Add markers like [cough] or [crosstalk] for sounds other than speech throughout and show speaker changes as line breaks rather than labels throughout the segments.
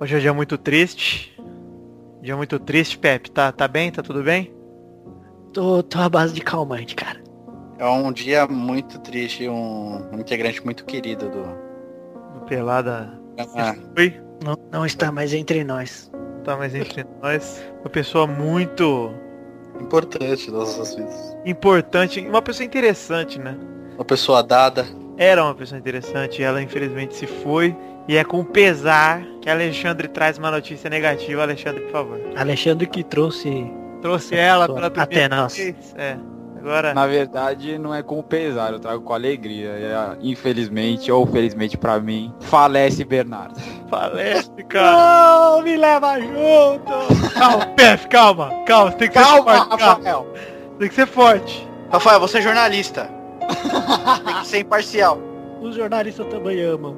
Hoje é um dia muito triste. Dia muito triste, Pepe. Tá, tá bem? Tá tudo bem?
Tô, tô à base de calmante, cara.
É um dia muito triste, um, um integrante muito querido do.
Pelada.
É.
Ah,
Oi?
Não, não está mais entre nós.
Tá mais entre nós. Uma pessoa muito
importante das nossas vidas.
importante. Uma pessoa interessante, né?
Uma pessoa dada.
Era uma pessoa interessante. Ela infelizmente se foi. E é com pesar que Alexandre traz uma notícia negativa. Alexandre, por favor.
Alexandre que trouxe.
Trouxe ela pela
Até
primeira
nós.
vez. É. Agora.
Na verdade, não é com pesar, eu trago com alegria. É, Infelizmente, ou felizmente pra mim, falece Bernardo.
[laughs] Falece, cara. Não, me leva junto. Calma, Pef, calma. Calma, você tem que ser forte. Calma. Tem que ser forte.
Rafael, você é jornalista. Tem que ser imparcial.
Os jornalistas também amam.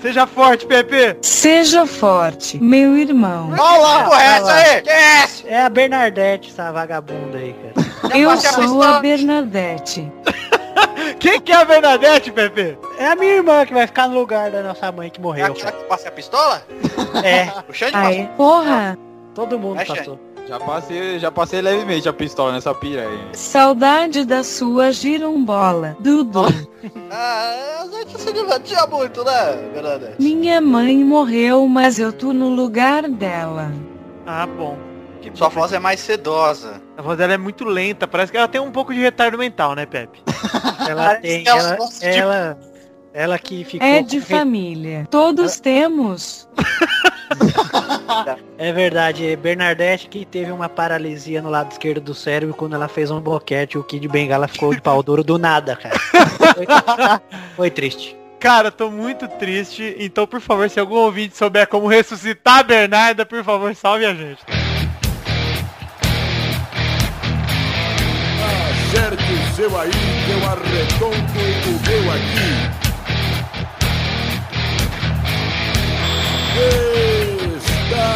Seja forte, Pepe.
Seja forte, meu irmão.
Olha lá, porra,
olha
essa
lá.
aí! Que é essa?
É a Bernadette, essa vagabunda aí, cara.
Eu
passei a
sou
pistola.
a Bernadette.
Quem que é a Bernadette, Pepe?
É a minha irmã que vai ficar no lugar da nossa mãe que
É
morreu.
aquela que passa a pistola?
É,
O Xande
Aê, porra,
todo mundo
Vai,
passou.
Já passei, já passei levemente a pistola nessa pira aí.
saudade da sua girombola. Dudu,
passou. Ah, a gente se divertia muito, né, Bernadette?
minha mãe morreu, mas eu tô no lugar dela.
Ah, bom. Que
Sua
bom.
voz é mais sedosa.
A voz dela é muito lenta. Parece que ela tem um pouco de retardo mental, né, Pepe?
Ela tem.
que é os
Ela,
nossos de-
ela, ela que ficou.
É de
com-
família. Todos temos.
É verdade, é Bernadette que teve uma paralisia no lado esquerdo do cérebro quando ela fez um boquete, o Kid Bengala ficou de pau duro do nada, cara. Foi, foi triste.
Cara, eu tô muito triste. Então, por favor, se algum ouvinte souber como ressuscitar a Bernarda, por favor, salve a gente.
Acerte o seu aí, que eu arredonto o meu aqui. Está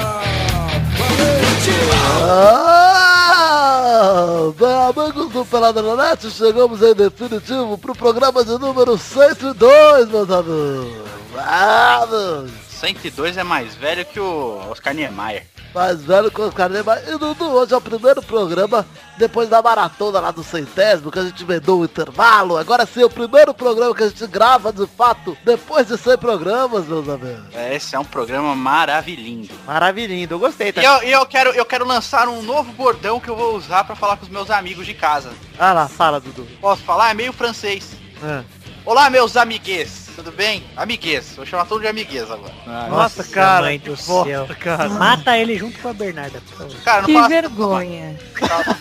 valente!
Amigos Ah, do Peladronete, chegamos em definitivo pro programa de número 102, meus amigos. Ah, Vamos!
102 é mais velho que o Oscar Niemeyer.
Mais velho que o Oscar Neymar. E Dudu, hoje é o primeiro programa, depois da maratona lá do centésimo, que a gente vendou o intervalo. Agora sim, é o primeiro programa que a gente grava, de fato, depois de 100 programas, meus amigos.
Esse é um programa maravilhindo.
Maravilhindo, eu gostei, tá?
E eu, e eu quero, eu quero lançar um novo bordão que eu vou usar pra falar com os meus amigos de casa.
Ah lá, fala, Dudu.
Posso falar? É meio francês.
Ah.
Olá, meus amiguês. Tudo bem? Amiguês. Vou chamar todo de amiguês agora.
Nossa,
Nossa,
cara,
mãe
que
do
bosta,
céu.
cara.
Mata ele junto com a Bernarda, por favor.
Cara, não
Que
fala assim,
vergonha.
não. assim.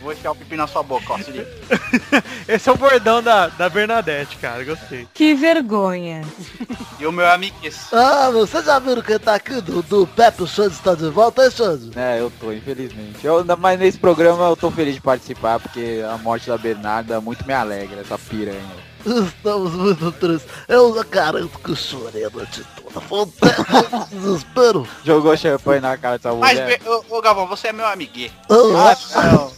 Vou enfiar o pipi na sua boca, ó. Se liga.
Esse é o bordão da, da Bernadette, cara, gostei.
Que vergonha.
E o meu amiguês.
Ah, meu, vocês já viram quem tá aqui, Dudu? Pepe, o Xande está de volta, hein, Xande?
É, eu tô, infelizmente. Eu, mas nesse programa eu tô feliz de participar, porque a morte da Bernarda muito me alegra, essa piranha.
Estamos muito tristes. Eu já garanto que eu chorei a noite toda. Foi um tempo de desespero.
Jogou champanhe na cara dessa
Mas,
mulher.
ô, ô, Galvão, você é meu amiguê.
Ah,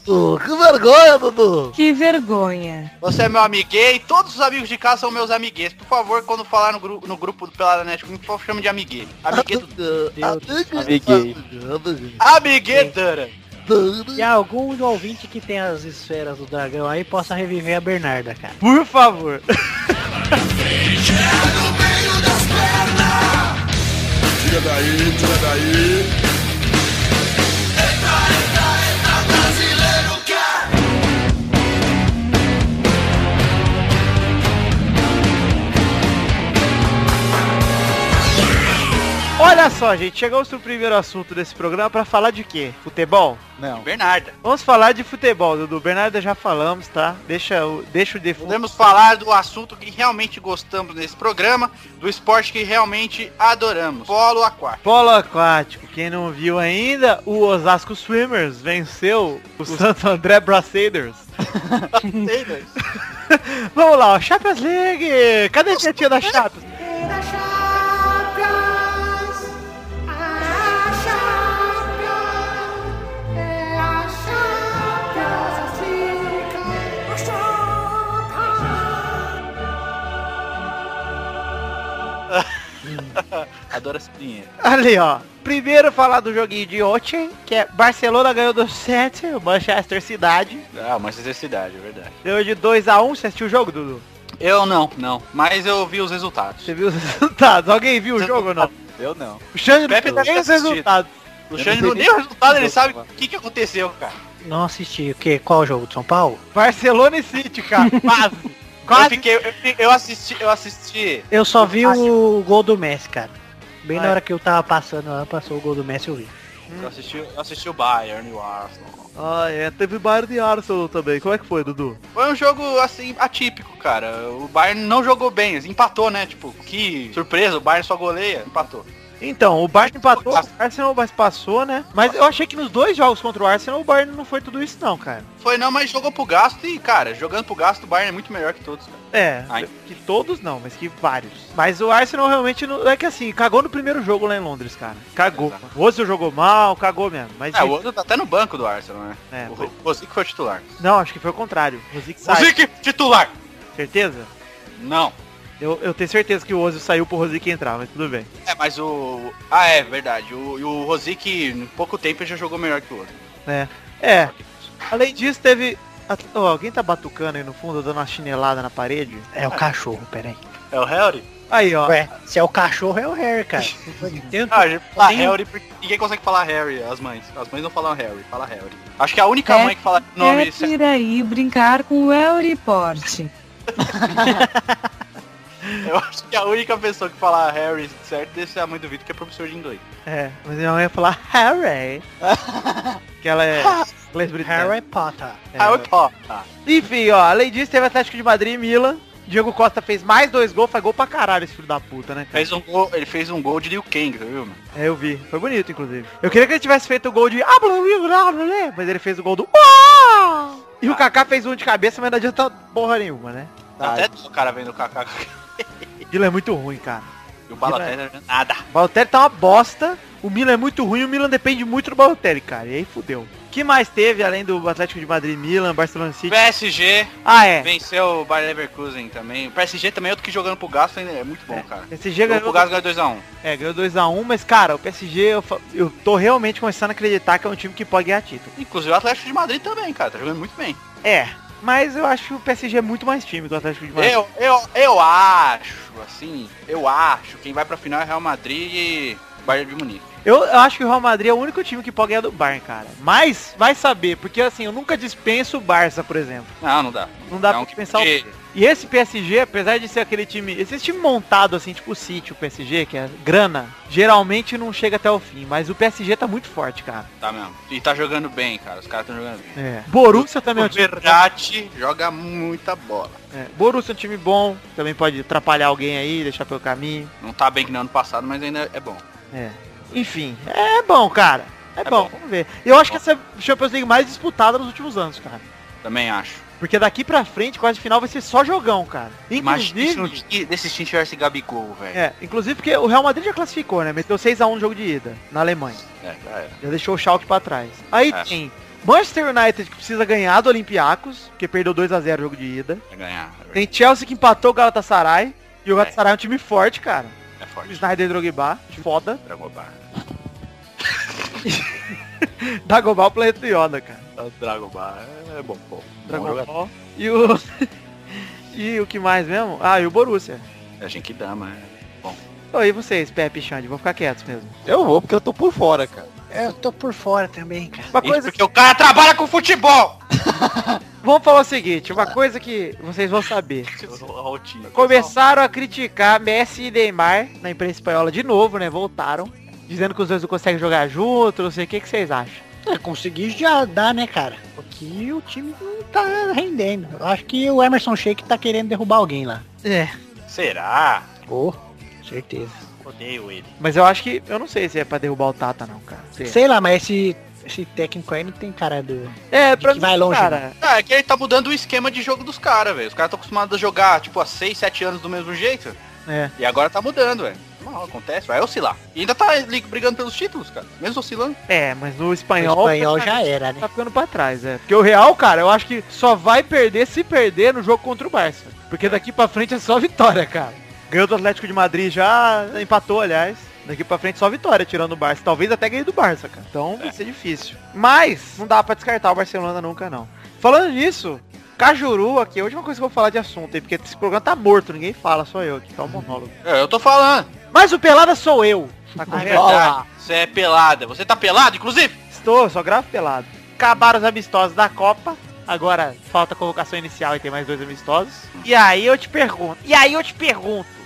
Dudu, que vergonha, Dudu.
Que vergonha.
Você é meu amiguê e todos os amigos de casa são meus amiguês. Por favor, quando falar no, gru no grupo do Pelada Net, por favor, chame de amiguê. Amiguê [laughs] do...
Amigo,
Amiguei.
amigo, amigo.
Amiguê Dana.
E algum do ouvinte que tem as esferas do dragão aí possa reviver a Bernarda, cara.
Por favor.
Tira daí, tira daí.
Olha só, gente, chegamos pro primeiro assunto desse programa pra falar de quê? Futebol?
Não.
Bernarda.
Vamos falar de futebol, Dudu. Bernarda já falamos, tá? Deixa o, deixa o defunto.
Podemos falar do assunto que realmente gostamos nesse programa, do esporte que realmente adoramos. Polo aquático.
Polo aquático, quem não viu ainda, o Osasco Swimmers venceu o Santo André Brasaders. [laughs] Vamos lá, ó, Champions League! Cadê a tia da Champions?
Adoro esse dinheiro.
Ali, ó. Primeiro falar do joguinho de ontem, que é Barcelona ganhou do 7, o Manchester Cidade.
Ah, Manchester Cidade, é verdade.
Ganhou de 2x1. Você assistiu o jogo, Dudu?
Eu não, não. Mas eu vi os resultados.
Você viu os [laughs] resultados? Alguém viu o
Você
jogo ou não?
Eu não.
O Xande
Pepe
não
tá
tem os
assistindo.
resultados.
O Xande não deu o resultado, ele sabe o que, que aconteceu, cara.
Não assisti. O quê? Qual jogo? De São Paulo?
Barcelona e City,
[laughs]
cara. Quase.
Eu
Quase.
fiquei, eu, fi- eu assisti, eu assisti.
Eu só vi o gol do Messi, cara. Bem
Vai.
na hora que eu tava passando lá, passou o gol do Messi, eu vi.
Eu assisti, eu assisti o Bayern e o Arsenal.
Ah, é. Teve Bayern de Arsenal também. Como é que foi, Dudu?
Foi um jogo assim atípico, cara. O Bayern não jogou bem, assim, empatou, né? Tipo, que surpresa, o Bayern só goleia, empatou.
Então, o Bayern empatou, o Arsenal mas passou, né? Mas eu achei que nos dois jogos contra o Arsenal, o Bayern não foi tudo isso não, cara.
Foi não, mas jogou pro gasto e, cara, jogando pro gasto, o Bayern é muito melhor que todos, cara.
É,
Ai.
que todos não, mas que vários. Mas o Arsenal realmente não... É que assim, cagou no primeiro jogo lá em Londres, cara. Cagou.
Exato.
O Ozil jogou mal, cagou mesmo. Mas
É, o outro tá até no banco do Arsenal, né?
É,
o
foi-
Rosic foi titular.
Não, acho que foi o contrário. O Rosic sai.
Rosic, titular!
Certeza?
Não.
Eu, eu tenho certeza que o Ozil saiu pro Rosic entrar, mas tudo bem.
É, mas o... Ah, é, verdade. O, e o Rosic, em pouco tempo, ele já jogou melhor que o outro.
É. Além disso, teve... at- Ó, alguém tá batucando aí no fundo, dando uma chinelada na parede?
É o cachorro, peraí.
É o Harry?
Aí, Ah. ó.
Ué, se é o cachorro, é o
[laughs]
Harry, cara. Tem-
Ah, a gente fala
Tem-
Harry porque ninguém consegue falar Harry, as mães. As mães não falam Harry, fala Harry. Acho que a única
É-
mãe que fala nome...
Quer ir aí brincar com o Elriport.
Eu acho que a única pessoa que fala Harry certo desse é a mãe do Vitor, que é professor de inglês.
É, mas minha mãe ia falar [laughs] Harry. que ela é inglês britânico.
Harry Potter.
É.
Ah, eu tô. Tá.
Enfim, ó, além disso, teve Atlético de Madrid e Milan. Diego Costa fez mais dois gols, faz gol pra caralho esse filho da puta, né? cara?
Fez um gol, ele fez um gol de Liu Kang, tá viu, mano?
É, eu vi. Foi bonito, inclusive. Eu queria que ele tivesse feito o gol de... Ah, blá, blá, blá, blá, blá, Mas ele fez o gol do... Ah! E o Kaká fez um de cabeça, mas não adianta porra nenhuma, né?
Dá até dó o cara vendo o Kaká
Milan é muito ruim, cara.
e o Balotelli não é nada.
O Balotelli tá uma bosta. O Milan é muito ruim. O Milan depende muito do Balotelli, cara. E aí fudeu. O que mais teve, além do Atlético de Madrid e Milan, Barcelona e City?
PSG
Ah, é.
venceu o Bayer Leverkusen também. O PSG também é outro que jogando pro gasto ainda é muito bom, cara.
PSG
Jogou pro
ganhou
gasto ganhou 2x1.
É, ganhou 2x1, mas cara, o PSG, eu, fa- eu tô realmente começando a acreditar que é um time que pode ganhar título.
Inclusive o Atlético de Madrid também, cara. Tá jogando muito bem.
É, mas eu acho que o PSG é muito mais time que o Atlético de Madrid.
Eu, eu, eu acho, assim, eu acho. Quem vai pra final é Real Madrid e Bayern de Munique.
Eu, eu acho que o Real Madrid é o único time que pode ganhar do Bayern, cara. Mas, vai saber, porque assim, eu nunca dispenso o Barça, por exemplo.
Não, não dá. É um
Não dá
Não,
pra dispensar o...
porque-
E esse PSG, apesar de ser aquele time, esse time montado assim, tipo o City, o PSG, que é grana, geralmente não chega até o fim, mas o PSG tá muito forte, cara.
Tá mesmo. E tá jogando bem, cara. Os caras estão jogando bem.
É. Borussia também é tá um
O
time
Verratti joga muita bola.
É, Borussia é um time bom, também pode atrapalhar alguém aí, deixar pelo caminho.
Não tá bem que no ano passado, mas ainda é bom.
É. Enfim, é bom, cara. É,
É
bom,
bom.
vamos ver. Eu acho
bom.
que essa é a Champions League mais disputada nos últimos anos, cara.
Também acho.
Porque daqui pra frente, quase final, vai ser só jogão, cara.
Imagina se um
Inclusive,
time desses times tivesse Gabigol, velho.
é, inclusive porque o Real Madrid já classificou, né? Meteu 6x1 no jogo de ida, na Alemanha.
É, já era.
Já deixou o Schalke pra trás. Aí
É.
tem Manchester United, que precisa ganhar do Olympiacos, que perdeu 2x0 o jogo de ida.
Vai ganhar. é verdade.
Tem Chelsea, que empatou o Galatasaray. E o Galatasaray é um time forte, cara.
É forte.
Snyder e Drogba, foda.
Dragobar. né?
Dragon Ball Planeta Yoda, cara.
Tá, Dragobar é bom, pô.
Dragon Ball. E o. [laughs] e o que mais mesmo? Ah, e o Borussia.
É a gente que dá, mas...
Então, e vocês, Pepe e Xande, vão ficar quietos mesmo.
Eu vou porque eu tô por fora, cara.
É, Eu tô por fora também, cara.
Uma
Isso
coisa,
porque o cara trabalha com futebol!
vamos falar o seguinte, uma coisa que vocês vão saber.
[laughs]
Olha o time.
Começaram a criticar Messi e Neymar na imprensa espanhola de novo, né? Voltaram. Dizendo que os dois não conseguem jogar junto, não sei o que, que vocês acham.
É, consegui já dar, né, cara? Porque o time não tá rendendo. Eu acho que o Emerson Sheik tá querendo derrubar alguém lá.
Será?
Oh, certeza.
Odeio ele.
Mas eu acho que. Eu não sei se é pra derrubar o Tata, não, cara.
Sei lá, mas esse, esse técnico aí não tem cara do...
É, pra
que
mim,
vai longe, né?
cara.
Ah, é que ele tá mudando o esquema de jogo dos caras, velho. Os caras estão acostumados a jogar, tipo, há 6, 7 anos do mesmo jeito.
É.
E agora tá mudando, velho. Normal, acontece, vai oscilar. E ainda tá li- brigando pelos títulos, cara. Mesmo oscilando.
É, mas no
O
espanhol.
espanhol já era, né?
tá ficando pra trás, é. Porque o Real, cara, eu acho que só vai perder se perder no jogo contra o Barça. Porque daqui pra frente é só vitória, cara. Ganhou do Atlético de Madrid já, empatou, aliás. Daqui pra frente é só vitória tirando o Barça. Talvez até ganhe do Barça, cara. Então vai ser difícil. Mas não dá pra descartar o Barcelona nunca, não. Falando nisso, Cajuru aqui, a última coisa que eu vou falar de assunto aí, porque esse programa tá morto, ninguém fala, só eu aqui, tá um monólogo.
É, Eu tô falando.
Mas o Pelada sou eu. Tá
É
correto?
verdade. Você é pelada. Você tá pelado, inclusive?
Estou, só gravo pelado. Acabaram os amistosos da Copa. Agora falta a convocação inicial e tem mais dois amistosos. E aí eu te pergunto. E aí eu te pergunto.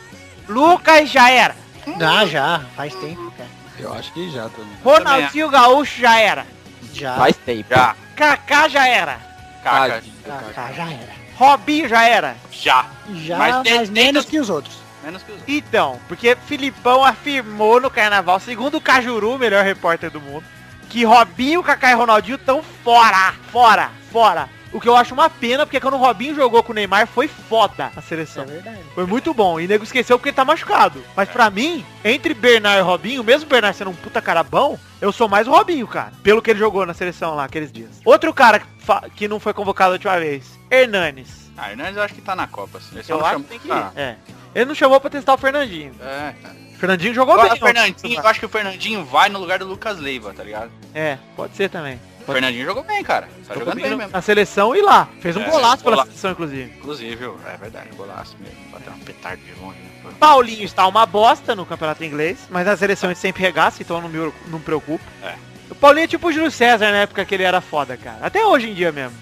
Lucas já era.
Ah, já, faz tempo, cara.
Eu acho que já tá também.
Ronaldinho Gaúcho já era.
Já.
Faz tempo.
Já.
Kaká já era.
Caca.
já, já, já era.
Robinho já era.
Já.
Já,
Mas
mas,
tem- tem
menos
dos-
que os outros.
Menos que os outros.
Então, porque Filipão afirmou no carnaval, segundo o Cajuru, o melhor repórter do mundo, que Robinho, Kaká e Ronaldinho estão fora, fora, fora. O que eu acho uma pena, porque quando o Robinho jogou com o Neymar foi foda a seleção.
verdade.
Foi muito bom. E nego esqueceu porque ele tá machucado. Mas pra mim, entre Bernard e Robinho, mesmo o Bernard sendo um puta cara bom, eu sou mais o Robinho, cara. Pelo que ele jogou na seleção lá aqueles dias. Outro cara que, fa- que não foi convocado a última vez, Hernanes.
Ah, Hernandes eu acho que tá na Copa, assim. Ele só
Eu
não
acho que
chamou
tem que ir.
pra-
É. Ele não chamou pra testar o Fernandinho.
É, cara.
O Fernandinho jogou
Eu
bem.
acho, que o
ontem.
Fernandinho, eu acho que o Fernandinho vai no lugar do Lucas Leiva, tá ligado?
É, pode ser também.
O Fernandinho jogou bem, cara. Tá
Jogou
jogando
bem
bem
no-
mesmo.
Na seleção e lá. Fez um
É,
golaço pela
golaço.
seleção, inclusive.
Inclusive, viu? é verdade, golaço mesmo. Bateu um petardo de longe. né? Foi-
Paulinho está uma bosta no campeonato inglês, mas na seleção ele sempre regaça, então eu não me, não me preocupo.
É.
O Paulinho é tipo o Júlio César na época que ele era foda, cara. Até hoje em dia mesmo.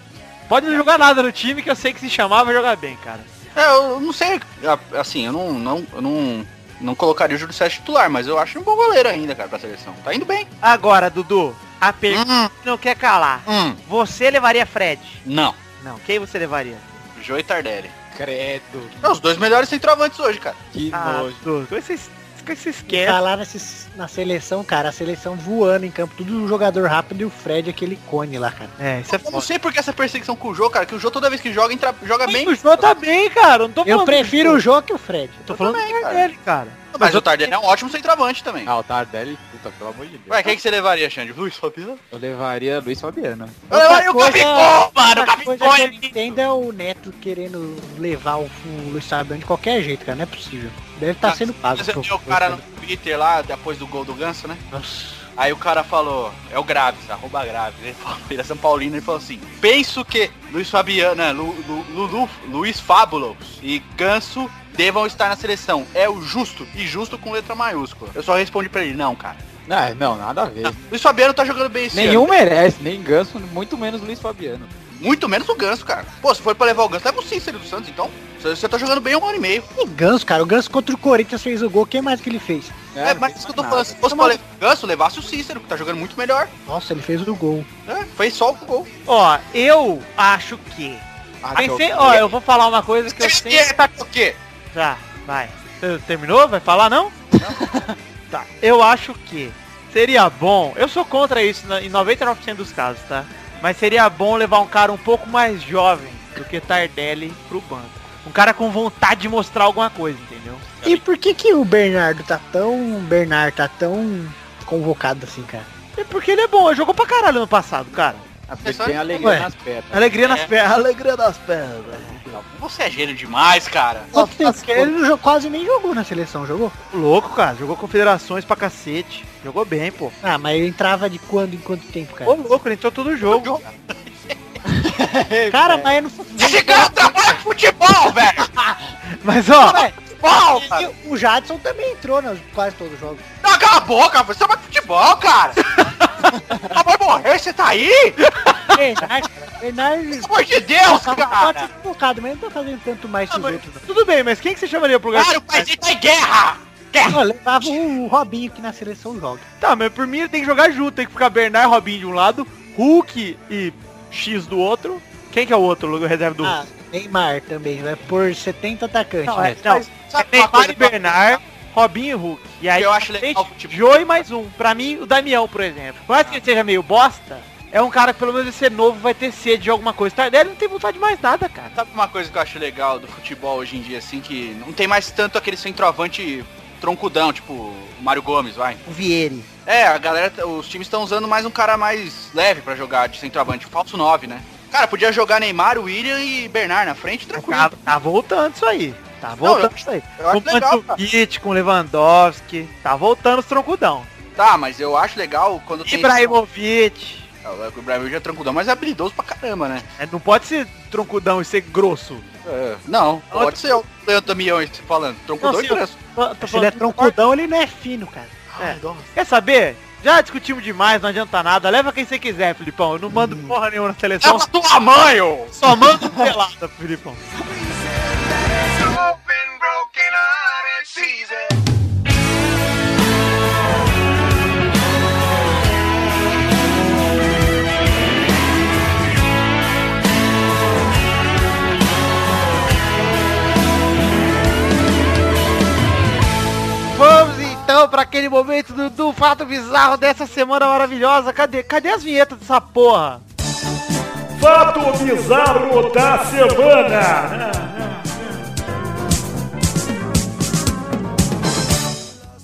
Pode não jogar nada no time que eu sei que se chamava vai jogar bem, cara.
É, eu não sei, a- assim, eu não, não, eu não, não colocaria o Júlio César titular, mas eu acho um bom goleiro ainda, cara, pra seleção. Tá indo bem.
Agora, Dudu, a pergunta
Hum,
que não quer calar.
hum.
Você levaria Fred?
Não,
Não, quem você levaria?
Jô e Tardelli.
Credo.
É os dois melhores centroavantes hoje, cara.
Que nojo.
Ah, Dudu, com esses, com esses
é?
E
quer.
falar nesses, na seleção, cara, a seleção voando em campo, tudo um jogador rápido e o Fred aquele cone lá, cara.
É, isso é
Eu não
foda.
sei por que essa perseguição com o Jô, cara, que o Jô toda vez que joga, entra, joga bem.
O Jô tá bem, cara. eu Não tô falando
Eu
do
prefiro
Jô.
o Jô que o Fred.
Tô falando
também,
do
cara.
Tardelli, cara.
Mas o Tardelli é um ótimo centroavante também.
Ah, o Tardelli, puta, pelo amor de Deus.
Ué, quem Ah, que você levaria, Xande? Luiz Fabiano?
Eu levaria Luiz Fabiano.
Eu levaria o
coisa-
Capicô, mano, o
Outra coisa
Capicô
que
é
eu não entendo é o Neto querendo levar o, o Luiz Fabiano de qualquer jeito, cara. Não é possível. Deve estar
Ah,
sendo pago.
Você
pro-
viu o cara no Twitter lá, depois do gol do Ganso, né?
Nossa.
Aí o cara falou, é o Graves, arroba Graves. Ele, falou, ele é São Paulino e falou assim, penso que Luiz Fabiano, né, Lu, Lu- Lulu- Luiz Fábulos e Ganso devam estar na seleção. É o justo, e justo com letra maiúscula. Eu só respondi pra ele, não, cara.
Ah, não, nada a ver.
Luiz Fabiano tá jogando bem esse
Nenhum
ano.
merece, nem Ganso, muito menos Luiz Fabiano.
Muito menos o Ganso, cara. Pô, se for pra levar o Ganso, leva o Cícero do Santos, então. Você você tá jogando bem um ano e meio.
E Ganso, cara. O Ganso contra o Corinthians fez o gol. Quem mais que ele fez?
Né,
É, mas isso que eu tô falando. Se fosse pra levar o Ganso, levasse o Cícero, que tá jogando muito melhor.
Nossa, ele fez o gol.
É, fez só o gol.
Ó, eu acho que.
Ah,
Pensei, ó, eu vou falar uma coisa que eu
Você
sempre.
tá com o quê?
Tá, vai. Você terminou? Vai falar não? [laughs] tá. Eu acho que seria bom. Eu sou contra isso na- em 99% dos casos, tá? Mas seria bom levar um cara um pouco mais jovem do que Tardelli pro banco. Um cara com vontade de mostrar alguma coisa, entendeu?
E por que que o Bernardo tá tão... Bernardo tá tão convocado assim, cara?
É porque ele é bom, ele jogou pra caralho ano passado, cara.
Tem alegria
Ué.
nas pernas.
Alegria nas
É.
É a
pernas.
alegria das pernas.
Você é gênio demais, cara.
Só que tem- Ele não jo- quase nem jogou na seleção, jogou?
Louco, cara. Jogou confederações pra cacete. Jogou bem, pô.
Ah, mas ele entrava de quando em quanto tempo, cara?
Ô, louco, ele entrou todo jogo.
Cara, mas eu não
Esse cara trabalha com futebol, velho!
Mas, ó,
Futebol, cara!
E O Jadson também entrou nas quase todos os jogos.
Não, cala a boca, você trabalha com
[laughs]
futebol, cara! Acabou de morrer, você tá aí? Pelo
Bernard, cara, Bernard
amor de Deus,
pode
cara!
ser convocado, mas ele não tá fazendo tanto mais que
Ah,
os
mas-
outros.
tudo bem, mas quem que você chamaria pro lugar?
Cara, o país tá em guerra!
Não. Ó, levava o Robinho que na seleção joga.
Tá, mas por mim ele tem que jogar junto, tem que ficar Bernard e Robinho de um lado, Hulk e X do outro. Quem que é o outro lugar reserva do Hulk?
Ah, Neymar também, vai por 70 atacantes.
Não,
né?
é, não,
Sabe
é
uma
Neymar
coisa
e Bernard, Robinho e Hulk. E
que
aí,
eu acho
gente,
legal o futebol?
Jô e mais um. Pra mim, o Damião, por exemplo. Por mais que ele seja meio bosta, é um cara que pelo menos ele ser novo vai ter sede de alguma coisa. Tardelli não tem vontade de mais nada, cara.
Sabe uma coisa que eu acho legal do futebol hoje em dia, assim, que não tem mais tanto aquele centroavante troncudão, tipo o Mário Gomes, vai?
O Vieri.
É, a galera, os times estão usando mais um cara mais leve pra jogar de centroavante, falso 9, né? Cara, podia jogar Neymar, William e Bernard na frente, tranquilo.
Tá, tá voltando isso aí. Tá
Não,
voltando isso aí.
Eu acho
com
legal, cara.
Mandzukic, com Lewandowski. Tá voltando os troncudão.
Tá, mas eu acho legal quando tem...
Ibrahimovic.
Ah, O Ibrahimovic é trancudão, mas é habilidoso pra caramba, né?
É, Não pode ser troncudão e ser grosso.
É, Não, pode ser o Leandro Milhões falando. Troncudão
Não,
e
sim, eu-
grosso.
Tô- tô
Se ele é
falando-
troncudão, ele não é fino, cara.
É. Quer saber? Já discutimos demais, não adianta nada. Leva quem você quiser, Filipão. Eu não mando
Hum.
porra nenhuma
[laughs]
na seleção.
Ela tua mãe, ô!
Só mando pelada, Filipão. Vamos então para aquele momento do, do fato bizarro dessa semana maravilhosa. Cadê? Cadê as vinhetas dessa porra?
Fato bizarro da semana.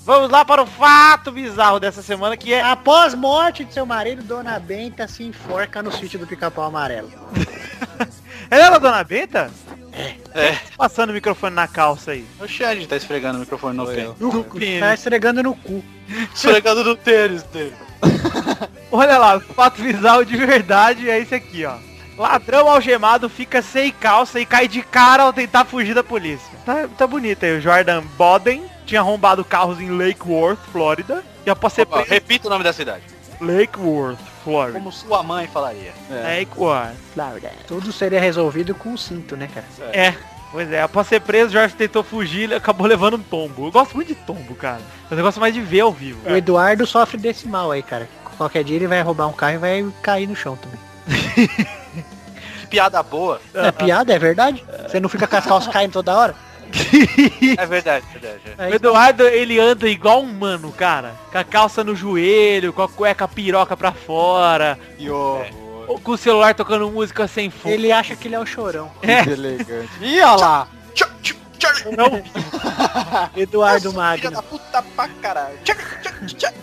Vamos lá para o fato bizarro dessa semana que é
Após morte de seu marido, Dona Benta se enforca no sítio do pica-pau amarelo.
Ela era a dona Benta? Tá
É.
Passando o microfone na calça aí.
O Xande tá esfregando o microfone no pé.
No cu. Tá esfregando no cu.
[laughs] Esfregando no tênis dele.
Olha lá, o fato bizarro de verdade é esse aqui, ó. Ladrão algemado fica sem calça e cai de cara ao tentar fugir da polícia. Tá, tá bonito aí. O Jordan Boden tinha arrombado carros em Lake Worth, Flórida. E após ser
Ó,
preso...
Repita o nome da cidade.
Lake Worth, Flórida.
Como sua mãe falaria.
Lake Worth.
Tudo seria resolvido com o cinto, né, cara?
É. Pois é, após ser preso, Jorge tentou fugir e acabou levando um tombo. Eu gosto muito de tombo, cara. Eu negócio mais de ver ao vivo.
É.
O Eduardo sofre desse mal aí, cara. Qualquer dia ele vai roubar um carro e vai cair no chão também.
Que piada [laughs] boa.
É piada, é verdade? Você não fica com as calças caindo toda hora?
É verdade, é verdade. é.
O Eduardo, ele anda igual um mano, cara. Com a calça no joelho, com a cueca piroca pra fora,
é.
Que horror.
ou com o celular tocando música sem fone.
Ele acha que ele é o chorão.
Que elegante.
Ih, olha lá.
Tchau, tchau, tchau.
Eduardo
Filha
Magno.
da puta pra caralho. Tchau, tchau, tchau.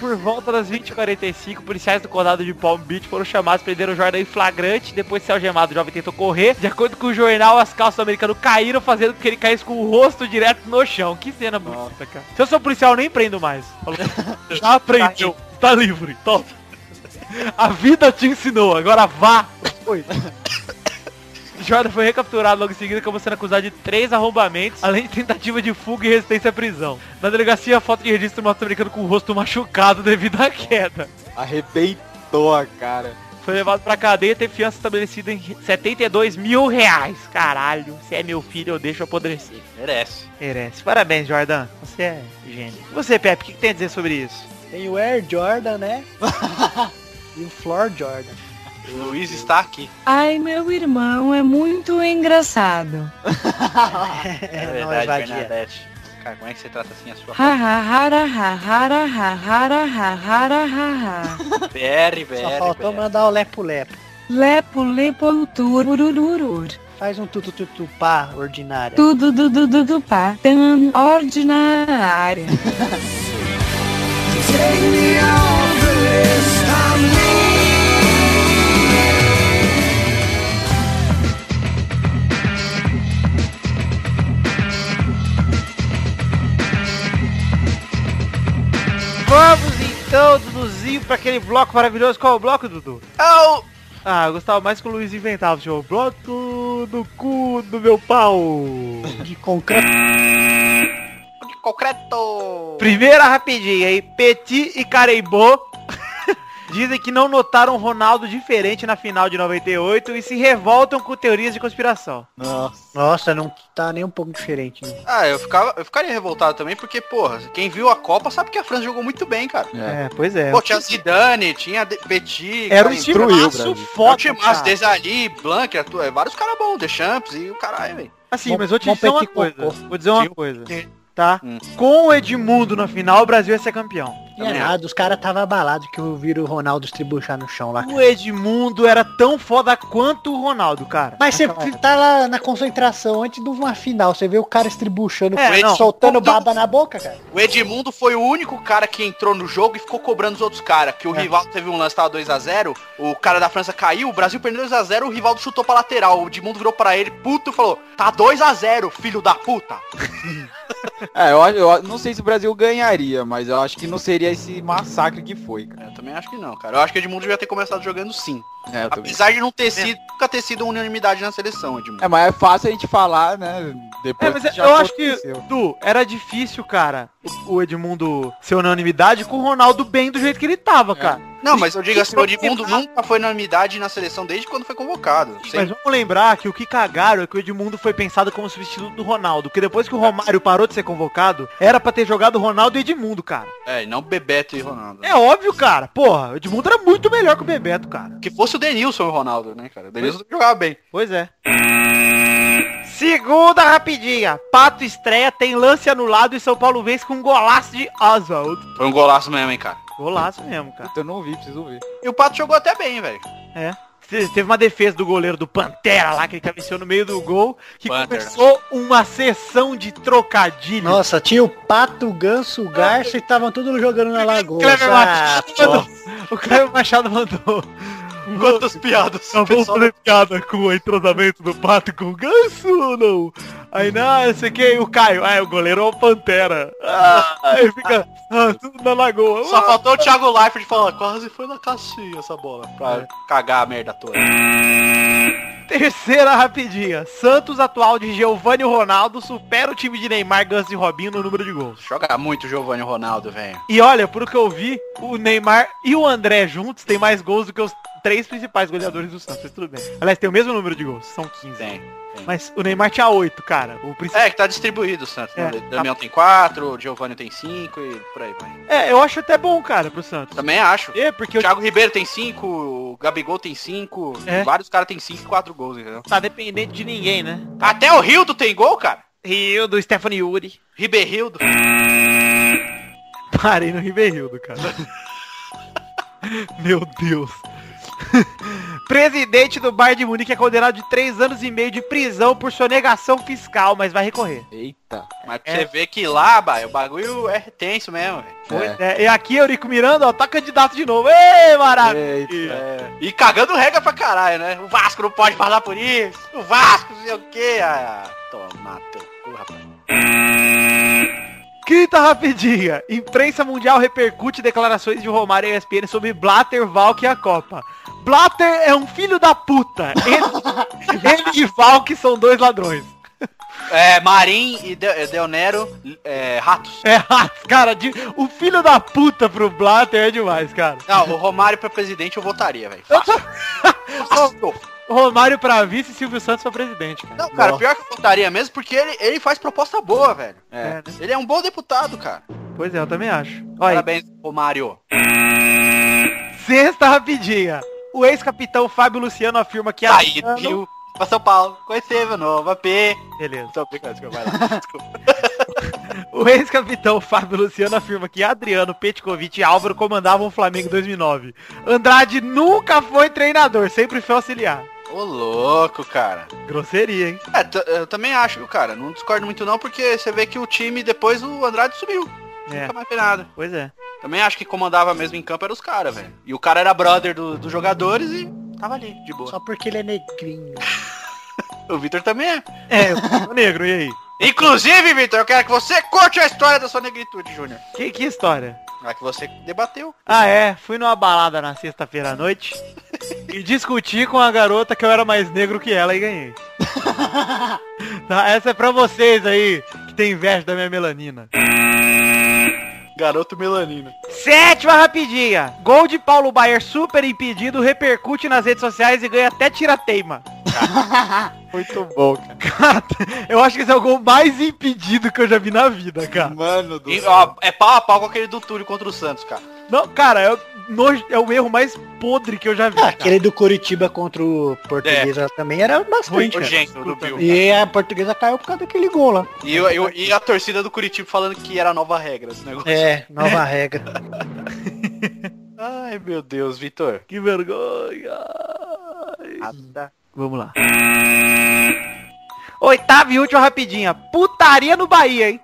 Por volta das 20h45, policiais do condado de Palm Beach foram chamados, prenderam o Jordan em flagrante, depois de ser algemado, o jovem tentou correr. De acordo com o jornal, as calças do americano caíram, fazendo com que ele caísse com o rosto direto no chão. Que cena bonita, cara. Se eu sou policial, eu nem prendo mais. Falou. Já aprendeu. Tá livre. Top. A vida te ensinou, agora vá. Oi. Jordan foi recapturado logo em seguida como sendo acusado de três arrombamentos, além de tentativa de fuga e resistência à prisão. Na delegacia, a foto de registro mostra o americano com o rosto machucado devido à queda.
Arrebentou a cara.
Foi levado pra cadeia e teve fiança estabelecida em 72 mil reais. Caralho, se é meu filho, eu deixo apodrecer.
Merece.
Merece. Parabéns, Jordan. Você é gênio. Você, Pepe, o que, que tem a dizer sobre isso?
Tem o Air Jordan, né? e o Floor Jordan.
O Luiz está aqui.
Ai, meu irmão, é muito engraçado.
É,
[laughs] não,
verdade,
é vadia.
Bernadette. Cara, como é que você trata assim a sua
Ha ha ha ra, ha ha ra, ha ha ra, ha ha ra, ha ha.
BR, BR,
Só faltou
BR.
mandar o lepo-lepo.
Lepo lepo tururururur.
Faz um tututupá ordinário.
Tudo du du du du pá tan ordinária.
Vamos então, Duduzinho, pra aquele bloco maravilhoso. Qual é o bloco, Dudu?
Au!
Ah, eu gostava mais que o Luiz inventava, senhor. Bloco do cu do meu pau.
[laughs]
De concreto.
De concreto!
Primeira rapidinha, hein? Petit e Careibô [laughs] dizem que não notaram Ronaldo diferente na final de 98 e se revoltam com teorias de conspiração.
Nossa.
Nossa, não tá nem um pouco diferente. Né?
Ah, eu, ficava, eu ficaria revoltado também, porque, porra, quem viu a Copa sabe que a França jogou muito bem, cara.
É, pois é.
Pô, tinha Zidane, tinha De- Petit,
Era um
cara,
time
destruiu o
maço
Era
Brasil.
um
foda,
time
cara.
Desali, Blanc, Arthur, é, vários caras bons, Deschamps e o caralho, velho.
Assim,
Bom-
mas vou te
bom
dizer uma
Petit
coisa.
Cocô.
Vou dizer uma
Tio.
coisa.
Tio.
Tá?
Hum.
Com o Edmundo na final, o Brasil ia ser campeão.
Não é nada, os caras tava abalados que ouviram o Ronaldo estribuchar no chão lá.
O Edmundo era tão foda quanto o Ronaldo, cara.
Mas você tá lá na concentração antes de uma final, você vê o cara estribuchando,
É,
com-
não.
soltando baba na boca, cara.
O Edmundo foi o único cara que entrou no jogo e ficou cobrando os outros caras. Que o rival teve um lance, tava 2x0, o cara da França caiu, o Brasil perdeu 2x0, o Rivaldo chutou pra lateral. O Edmundo virou pra ele, puto, e falou, tá 2x0, filho da puta.
É, eu, acho- eu não sei se o Brasil ganharia, mas eu acho que não seria esse massacre que foi, cara.
É, Eu também acho que não, cara. Eu acho que o Edmundo devia ter começado jogando sim.
É, eu também.
Apesar de não ter sido, nunca ter sido unanimidade na seleção, Edmundo.
É, mas é fácil a gente falar, né? Depois
É, mas
que já
eu acho que,
aconteceu.
Du, era difícil, cara, o- o Edmundo ser unanimidade com o Ronaldo bem do jeito que ele tava, cara.
Não, mas eu digo assim, o Edmundo
Mas
nunca foi unanimidade na seleção desde quando foi convocado. Sempre
vamos lembrar que o que cagaram é que o Edmundo foi pensado como substituto do Ronaldo, que depois que o Romário parou de ser convocado, era pra ter jogado Ronaldo e Edmundo, cara.
É, e não Bebeto e Ronaldo.
É óbvio, cara. Porra, o Edmundo era muito melhor que o Bebeto, cara.
Que fosse o Denilson e o Ronaldo, né, cara? O Denilson jogava bem.
Pois é. Segunda rapidinha. Pato estreia, tem lance anulado e São Paulo vence com um golaço de Oswald.
Foi um golaço mesmo, hein, cara.
Golaço mesmo, cara.
Eu não vi, preciso ver.
E o Pato jogou até bem, velho.
Te- Teve uma defesa do goleiro do Pantera lá, que ele cabeceou no meio do gol, que
Pantera.
começou uma sessão de trocadilho.
Nossa, tinha o Pato, o Ganso, o Garça e estavam todos jogando na lagoa.
Kleber
Ah,
[laughs]
pô.
O Cleber Machado mandou.
Quantas piadas.
Não vou fazer piada com o entrosamento do Pato com o Ganso ou não? Aí, não, esse aqui é o Caio. Ah, é o goleiro é o Pantera. Ah, aí fica ah, tudo na lagoa.
Só faltou o Thiago Leifert falar, quase foi na caixinha essa bola. Pra cagar a merda toda.
Terceira rapidinha. Santos atual de Giovanni Ronaldo supera o time de Neymar, Ganso e Robinho no número de gols.
Joga muito o Giovanni Ronaldo, velho.
E olha, pelo que eu vi, o Neymar e o André juntos têm mais gols do que os três principais goleadores do Santos, mas tudo bem. Aliás, tem o mesmo número de gols, são 15.
Tem.
Mas o Neymar tinha 8, cara. O principal...
É, que tá distribuído o Santos. né?
É,
O Damião tem quatro, o Giovanni tem cinco e por aí vai.
é. eu acho até bom, cara, pro Santos.
Também acho.
É, porque
O
eu
Thiago Ribeiro tem cinco, o Gabigol tem cinco,
É.
vários caras tem cinco e quatro gols, entendeu?
tá dependente de ninguém, né?
Até o Rildo tem gol, cara.
Rio do Stephanie Yuri. [laughs]
Ribeirildo.
Parei no Ribeirildo, cara. [laughs] Meu Deus. [laughs] Presidente do Bayern de Munique é condenado de 3 anos e meio de prisão por sonegação fiscal, mas vai recorrer.
Eita.
Mas pra você ver que lá, bah, o bagulho é tenso mesmo, velho.
É.
É, e aqui, Eurico Miranda, ó, tá candidato de novo. Ei, maravilha!
Eita.
E cagando regra pra caralho, né? O Vasco não pode passar por isso. O Vasco, não sei o quê. Ah, toma teu cu, rapaz.
Quinta rapidinha. Imprensa mundial repercute declarações de Romário e ESPN sobre Blatter, Valk e a Copa. Blatter é um filho da puta. Ele, ele e Valk são dois ladrões.
É, Marim e De- eh, Deonero, é, ratos.
É, [laughs] cara, de- o filho da puta pro Blatter é demais, cara.
Não, o Romário pra presidente eu votaria, velho. [laughs] Fácil. Fácil.
Romário pra vice e Silvio Santos pra presidente, cara.
Não, cara, pior que eu votaria mesmo, porque ele, ele faz proposta boa, velho.
É, né?
Ele é um bom deputado, cara.
Pois é, eu também acho. Olha,
Parabéns, Romário.
sexta rapidinha. O ex-capitão Fábio Luciano afirma que a...
Aí, Rio, pra São Paulo. Conhecer meu novo AP.
Beleza.
Tô brincando, desculpa, vai lá.
O ex-capitão Fábio Luciano afirma que Adriano, Petkovic e Álvaro comandavam o Flamengo em 2009. Andrade nunca foi treinador, sempre foi auxiliar.
Ô, louco, cara.
Grosseria, hein?
É, t- eu também acho, viu, cara. Não discordo muito não, porque você vê que o time, depois o Andrade sumiu.
É,
Nunca mais fez nada.
pois é.
Também acho que comandava mesmo em campo era os caras, velho. E o cara era brother do- dos jogadores e tava ali, de boa.
Só porque ele é negrinho.
O Vitor também é.
É, eu sou negro, e aí?
Inclusive, Vitor, eu quero que você conte a história da sua negritude, Júnior.
Que, que história?
É que você debateu.
Ah, é, fui numa balada na sexta-feira à noite e discuti com a garota que eu era mais negro que ela e [laughs] ganhei. Tá, essa é pra vocês aí, que tem inveja da minha melanina.
Garoto melanina.
Sétima rapidinha. Gol de Paulo Baier super impedido, repercute nas redes sociais e ganha até tirateima.
[laughs] Muito bom, cara.
Cara, eu acho que esse é o gol mais impedido que eu já vi na vida, cara.
Mano do
E,
céu.
ó, é pau a pau com aquele do Túlio contra o Santos, cara.
Não, cara, é, nojo- é o erro mais podre que eu já vi.
Ah,
cara.
aquele do Curitiba contra o Portuguesa também era bastante. cara.
Urgente, do Bill.
E a portuguesa caiu por causa daquele gol lá.
E, eu- eu- e a torcida do Curitiba falando que era a nova regra esse negócio.
É, nova regra.
Ai, meu Deus, Vitor.
Que vergonha. Vamos lá. Oitava e última rapidinha. Putaria no Bahia, hein?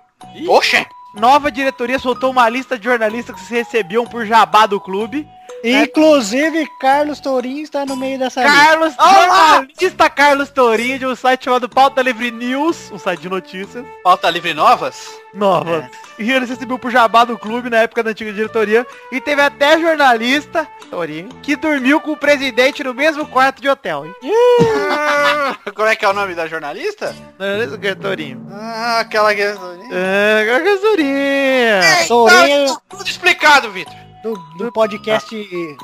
Oxe!
Nova diretoria soltou uma lista de jornalistas que se recebiam por jabá do clube. Né?
Inclusive, Carlos Tourinho está no meio dessa lista.
Carlos, jornalista Carlos Tourinho de um site chamado Pauta Livre News, um site de notícias
Pauta Livre Novas? [laughs]
nova. E ele se recebeu por jabá do clube na época da antiga diretoria. E teve até jornalista, Tourinho, que dormiu com o presidente no mesmo quarto de hotel. hein?
Como é que é o nome da jornalista?
Jornalista que é Tourinho.
Ah, aquela que... Tá
É, Carlos Tourinho.
Tourinho
Tudo explicado, Vitor.
do, do podcast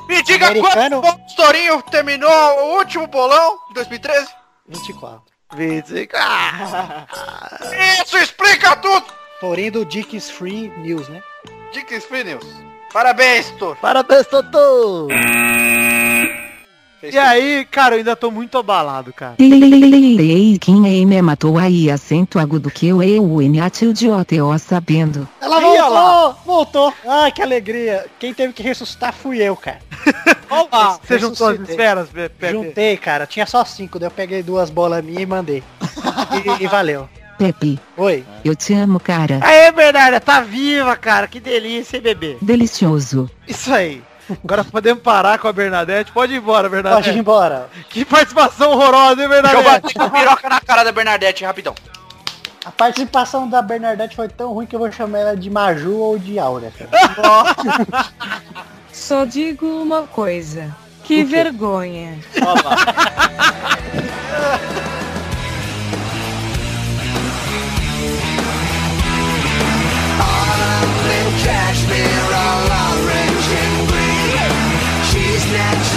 Me diga
Americano?
quantos pontos o Torinho terminou o último bolão de 2013?
24.
25. Ah,
Isso explica tudo!
Tourinho do Dicks Free News, né?
Dicas News. Parabéns, Vitor.
Parabéns, Totô!
E aí, cara, eu ainda tô muito abalado, cara.
Lelelelelei, quem é me matou aí acento agudo que eu eu n atilde o teo sabendo.
Ela voltou! Voltou! Ai, que alegria! Quem teve que ressuscitar fui eu,
[laughs]
cara.
Olá,
Res-
você juntou as
ressuscitei.
esferas, Pe- Pepe?
Juntei, cara. Tinha só cinco, daí eu peguei duas bolas minhas e mandei. E, e valeu.
Pepe,
Oi.
eu te amo, cara.
Aê, Bernarda, tá viva, cara. Que delícia, hein, bebê.
Delicioso.
Isso aí. Agora podemos parar com a Bernadette. Pode ir embora,
Pode
Bernadette.
ir embora.
Que participação horrorosa, hein,
Eu
Bernadette?
bati com a piroca na cara da Bernadette, rapidão.
A participação da Bernadette foi tão ruim que eu vou chamar ela de Maju ou de Aura, cara.
Só digo uma coisa. Que vergonha.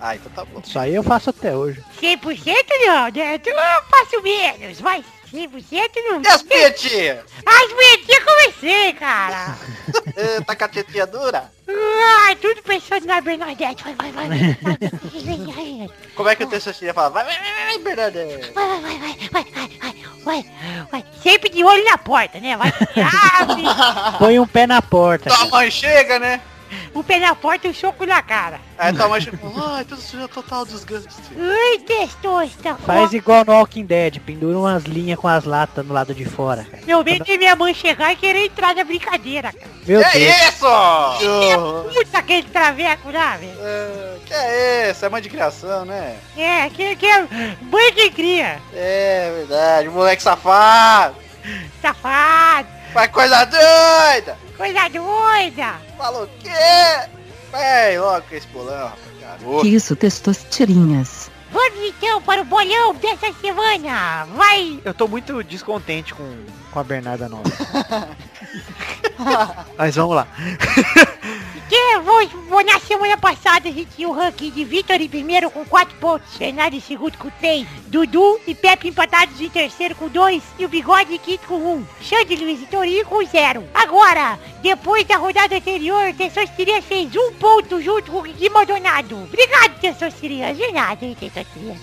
Ah, então tá bom.
Isso aí eu faço até hoje.
100% não, né? Eu faço menos, mas 100% não.
E as pietinhas?
As mentiras comecei, cara.
Eh, Tá com a tetinha dura?
Ah, tudo pensando na Bernadette. Vai, vai, vai. Vai, vai, vai,
Como é que o teu Chirinha fala? Vai, vai, vai, vai, Bernadette.
vai, vai, vai, vai, vai, vai, vai, vai. Sempre de olho na porta, né? Vai que abre.
Ah.
Põe um pé na porta.
Tua mãe chega, né?
O pé na porta e o soco na cara.
Aí tua mãe chega e fala, ai, tudo sujo, total desgaste.
Ai, testosta.
Faz igual no Walking Dead, pendura umas linhas com as latas no lado de fora, cara.
Meu medo de minha mãe chegar e querer entrar na brincadeira, cara.
Meu
que
Deus.
é isso?
Puta, aquele traveco lá, velho.
É, que é isso? É mãe de criação, né?
É, que, que é mãe que cria.
É verdade, moleque safado.
Safado,
Faz coisa doida.
coisa doida.
Falou o quê? Vai logo com esse bolão, rapaz.
Que
Garoto.
isso, testostirinhas.
Vamos então para o bolão dessa semana. Vai,
Eu tô muito descontente com, com a Bernarda [laughs] nova. Mas vamos lá.
Que é? vou, vou- na semana passada a gente tinha o ranking de Vitor em primeiro com 4 pontos, Bernardo em segundo com 3, Dudu e Pepe empatados em terceiro com 2 e o Bigode em quinto com 1, Xande Luiz e Torinho com 0. Agora, depois da rodada anterior, Tessostiria fez um ponto junto com o Gui Maldonado. Obrigado, Tessostiria. De nada, hein, Tessostiria.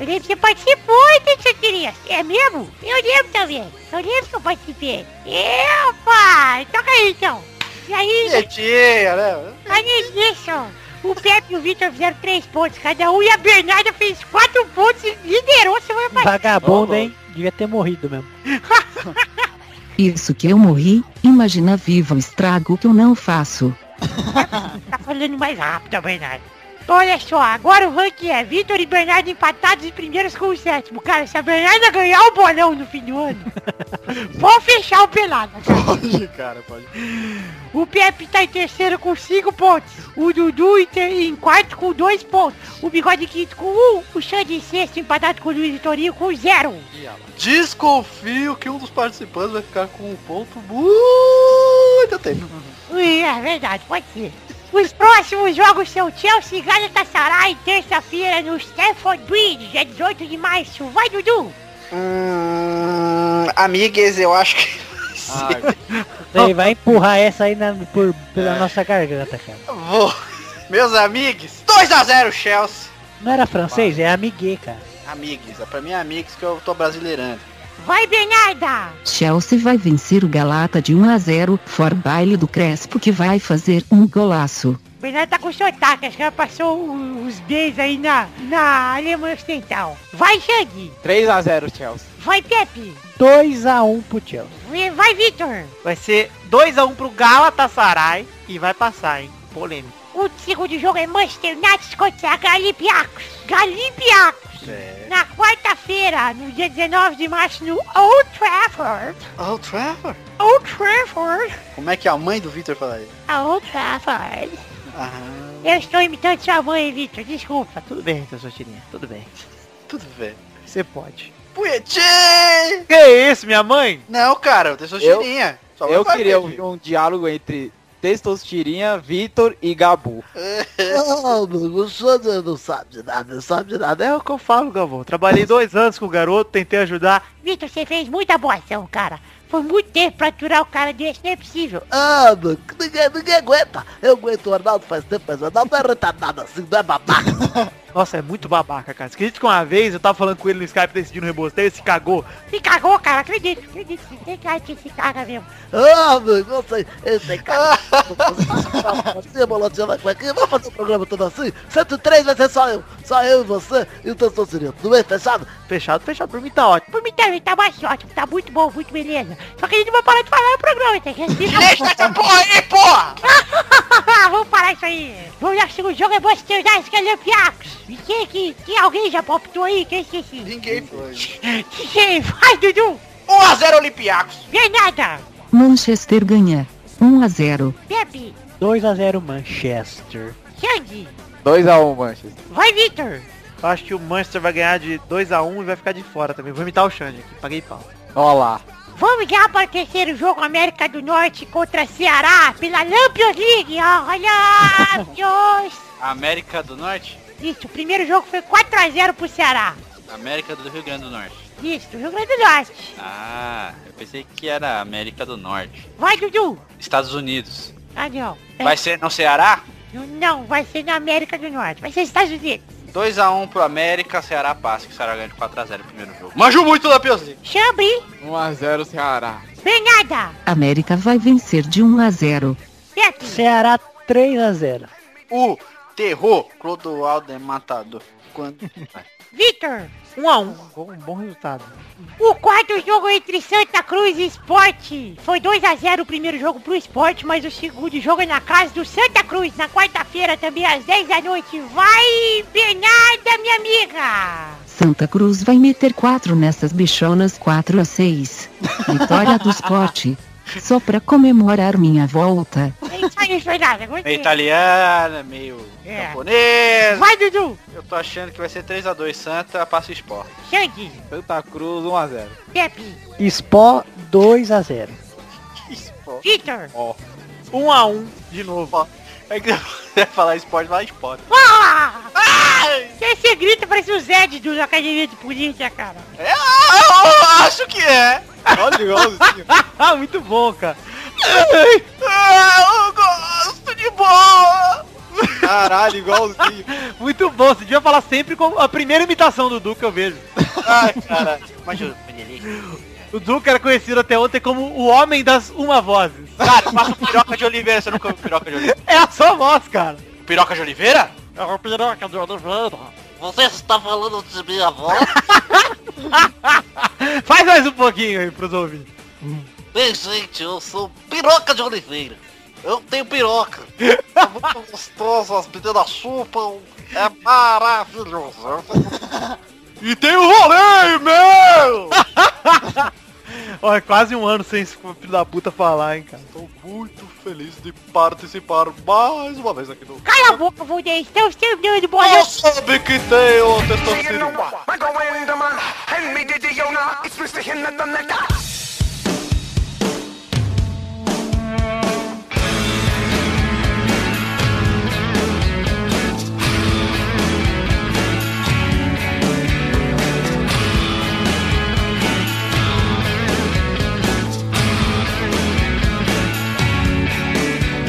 Eu lembro que você participou, hein, Tessostiria. É mesmo? Eu lembro também. Eu lembro que eu participei. Epa! Toca aí, então. E aí,
Pietinha, né?
Olha isso! O Pepe e o Vitor fizeram três pontos cada um e a Bernarda fez quatro pontos e liderou a semana passada.
Vagabundo, hein? Devia ter morrido mesmo.
Isso que eu morri, imagina viva o estrago que eu não faço.
Tá falando mais rápido a Bernarda. Olha só, agora o ranking é Vitor e Bernardo empatados em primeiros com o sétimo. Cara, se a Bernarda ganhar o bolão no fim
[laughs]
do ano, vou fechar o pelado.
Pode, cara, pode.
O Pepe tá em terceiro com 5 pontos. O Dudu em, ter- em quarto com 2 pontos. O Bigode em quinto com 1. Um. O Xande em sexto empatado com o Luiz Vitorinho com 0.
Desconfio que um dos participantes vai ficar com um ponto muito tempo.
Ui, é verdade, pode ser. Os próximos jogos são Chelsea e Galatasaray, terça-feira no Stamford Bridge, dia 18 de março. Vai, Dudu!
Hum, amigues, eu acho que vai
Ah,
ser.
Você Então vai empurrar essa aí na, por,
É.
pela nossa garganta, cara.
Vou. [laughs] Meus amigos, 2x0 Chelsea.
Não era francês, é amiguê, cara.
Amigues, é pra mim é amigues que eu tô brasileirando.
Vai, Bernarda!
Chelsea vai vencer o Galata de 1 a 0, fora o baile do Crespo que vai fazer um golaço.
Bernardo tá com sotaque, acho que ela passou o- os Bs aí na, na Alemanha Ocidental. Vai, Xande!
3x0 Chelsea.
Vai, Pepe!
2x1 pro Chelsea.
Vai- Vai, Vitor!
Vai ser 2x1 pro Galatasaray e vai passar, hein? Polêmico.
O segundo jogo é Manchester United contra Galipiacos. Galipiacos! Na quarta-feira, no dia 19 de março, no Old Trafford.
Old Trafford?
Old Trafford.
Como é que a mãe do Victor falaria?
Old Trafford.
Ah,
Eu estou imitando sua mãe, Vitor, desculpa.
Tudo bem, então, sua tirinha. Tudo bem.
tudo bem.
Você pode.
Puietê!
Que isso, minha mãe?
Não, cara, eu tenho sua
Eu-
tirinha. Só
Eu
vai
queria
ver,
ouvir um diálogo entre Testostirinha, Vitor e Gabu.
Não, amigo, o Xande não sabe de nada, não sabe de nada. É o que eu falo, Galvão.
Trabalhei dois anos com o garoto, tentei ajudar.
Vitor, você fez muita boa ação, cara. Foi muito tempo pra aturar o cara desse, não é possível.
Ah, mano, que ninguém, ninguém aguenta. Eu aguento o Arnaldo faz tempo, mas o Arnaldo não é retardado assim, não é babaca.
Nossa, é muito babaca, cara. Você acredita que uma vez eu tava falando com ele no Skype decidindo rebosteio, ele se cagou.
Se cagou, cara, acredito, acredito. Você tem cara que se caga mesmo.
Ah, meu, você, esse cara. Assim, bolotinha na cuequinha, vamos fazer um programa todo assim? 103 vai ser só eu, só eu e você e o Testosterino. Tudo bem, fechado?
Fechado, fechado, por mim tá ótimo.
Por mim também, tá mais ótimo, tá muito bom, muito beleza. Só que a gente não vai parar de falar no programa, tem que
Deixa essa
um.
porra aí, porra!
Ah, Vamos parar isso aí. Vamos lá, o segundo jogo é Manchester United que é Olympiacos. E quem que, que alguém já palpitou aí, que eu esqueci.
Ninguém foi.
Quem? Vai, Dudu.
1x0 Olympiacos.
Vem nada.
Manchester ganha 1 a 0.
Pepe,
2x0 Manchester.
Xande.
2x1 Manchester.
Vai, Victor.
Eu acho que o Manchester vai ganhar de 2x1 e vai ficar de fora também. Vou imitar o Xande aqui, paguei pau.
Olha lá.
Vamos já para o terceiro jogo América do Norte contra Ceará pela Lampions League. Olha, Lampions.
América do Norte?
Isso, o primeiro jogo foi 4x0 pro Ceará.
América do Rio Grande do Norte.
Isso, do Rio Grande do Norte.
Ah, eu pensei que era América do Norte.
Vai, Dudu.
Estados Unidos.
Ah, não. É,
Vai ser no Ceará?
Não, vai ser na América do Norte. Vai ser Estados Unidos.
2x1 pro América, Ceará passa, que o Ceará ganha de 4x0 no primeiro jogo. Manjo muito da Piauzinho.
Chambre,
1x0 Ceará.
vem nada.
América vai vencer de 1 a 0.
Pepe,
Ceará 3x0.
O terror Clodoaldo é matador.
[laughs]
Quando...
Vitor.
1x1. Um bom resultado.
O quarto jogo entre Santa Cruz e Esporte. Foi 2x0 o primeiro jogo pro Esporte, mas o segundo jogo é na casa do Santa Cruz, na quarta-feira também às 10 da noite. Vai, Bernarda, minha amiga.
Santa Cruz vai meter 4 nessas bichonas 4 a 6. Vitória do esporte. Só pra comemorar minha volta.
É isso aí, Bernarda.
Meio
gostei.
italiana, É meio
É.
japonês.
Vai, Dudu.
Eu tô achando que vai ser 3x2 Santa, passa o Sport.
Xande,
Santa Cruz
[laughs]
1x0.
Pepe,
Spó 2x0.
Vitor.
Ó.
1x1 de novo. [laughs]
É que você vai falar Sport, vai Sport.
Ah! Esse grito parece o Zed do da Academia de Polícia, cara.
Eu acho que é.
Olha igualzinho.
Ah, muito bom, cara.
Ah, eu gosto de boa!
Caralho, igualzinho.
Muito bom. Você devia falar sempre com a primeira imitação do Duca, eu vejo.
Ai, cara. Mas eu-
O Duca era conhecido até ontem como o homem das uma vozes.
Cara, eu faço piroca de Oliveira, você nunca ouviu piroca de Oliveira?
É a sua voz, cara.
Piroca de Oliveira?
É uma piroca de Oliveira.
Você está falando de minha voz?
Faz mais um pouquinho aí pros ouvintes.
Bem, gente, eu sou piroca de Oliveira. Eu tenho piroca. É muito gostoso, as meninas chupam. É maravilhoso.
E tem o
um
rolê, meu!
é
Olha, quase um ano sem esse filho da puta falar, hein, cara.
Estou muito feliz de participar mais uma vez aqui do...
Cala a boca, Valdez, estamos terminando, bola.
Eu soube que tem o testosterona.